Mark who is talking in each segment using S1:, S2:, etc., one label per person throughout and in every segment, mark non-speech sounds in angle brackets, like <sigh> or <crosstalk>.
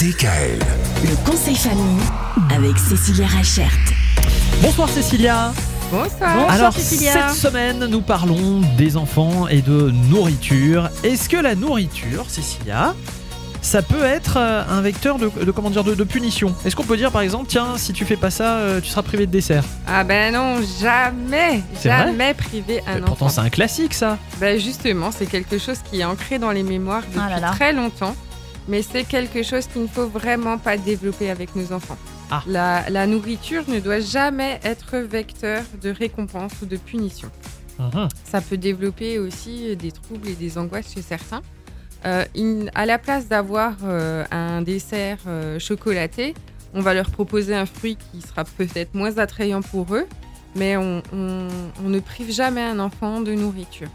S1: DKL.
S2: Le conseil famille avec Cécilia Rachert.
S3: Bonsoir Cécilia.
S4: Bonsoir.
S3: Alors
S4: Cécilia.
S3: cette semaine nous parlons des enfants et de nourriture. Est-ce que la nourriture, Cécilia, ça peut être euh, un vecteur de, de- comment dire de, de punition Est-ce qu'on peut dire par exemple tiens si tu fais pas ça euh, tu seras privé de dessert
S4: Ah ben non, jamais,
S3: C'est vrai
S4: jamais privé un
S3: Mais Pourtant c'est
S4: enfant.
S3: un classique ça.
S4: Ben justement, c'est quelque chose qui est ancré dans les mémoires depuis
S5: Ah là là.
S4: très longtemps, mais c'est quelque chose qu'il ne faut vraiment pas développer avec nos enfants.
S3: Ah.
S4: La, la nourriture ne doit jamais être vecteur de récompense ou de punition.
S3: Mhm.
S4: Ça peut développer aussi des troubles et des angoisses chez certains. Euh, in- à la place d'avoir euh, un dessert euh, chocolaté, on va leur proposer un fruit qui sera peut-être moins attrayant pour eux, mais on, on- on ne prive jamais un enfant de nourriture.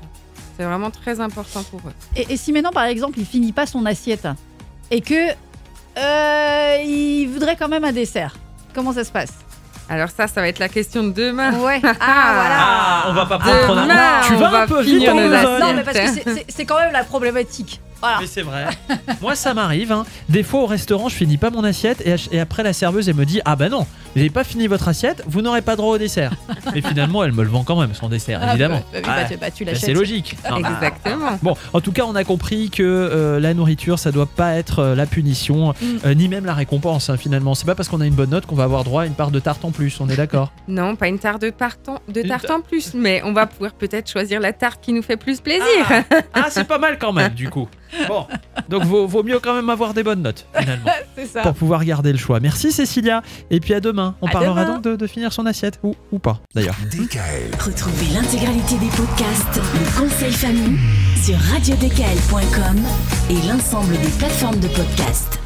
S4: C'est vraiment très important pour eux.
S5: Et, et si maintenant, par exemple, il finit pas son assiette et que euh, il voudrait quand même un dessert, comment ça se passe
S4: Alors ça, ça va être la question de demain.
S3: <laughs>
S5: Ouais. Ah,
S3: Ah, on va pas prendre ton
S4: Demain,
S3: argent. Tu
S4: on
S3: vas
S4: va
S3: un peu vite
S4: finir
S3: en
S4: nos
S3: besogne.
S4: assiettes.
S5: Non, mais parce que c'est- c'est- c'est quand même la problématique. Voilà.
S3: Mais c'est vrai. <laughs> Moi, ça m'arrive. hein. Des fois, au restaurant, je finis pas mon assiette et, ach- et après, la serveuse, elle me dit Ah bah non, vous n'avez pas fini votre assiette, vous n'aurez pas droit au dessert. Et finalement, elle me le vend quand même, son dessert, évidemment. Ah,
S5: tu
S3: bah, c'est
S5: <laughs>
S3: logique. Non, bah,
S4: Exactement.
S3: Bon, en tout cas, on a compris que euh, la nourriture, ça doit pas être euh, la
S5: Mm.
S3: punition, euh, ni même la récompense, hein, finalement. C'est pas parce qu'on a une bonne note qu'on va avoir droit à une part de tarte en plus, on est
S5: <laughs>
S3: d'accord
S4: Non, pas une tarte de, partant- de
S3: Une
S4: tarte en plus, mais on va pouvoir peut-être choisir la tarte qui nous fait plus plaisir.
S3: Ah, ah, c'est pas mal quand même, du coup. Bon, donc vaut, vaut mieux quand même avoir des bonnes notes, finalement.
S5: <laughs> C'est ça.
S3: pour pouvoir garder le choix. Merci Cécilia. Et puis à demain. On
S5: À
S3: parlera
S5: demain.
S3: donc de, de finir son assiette ou, ou pas d'ailleurs.
S1: DKL.
S2: Retrouvez l'intégralité des podcasts Le conseil famille sur radiodkl.com et l'ensemble des plateformes de podcasts.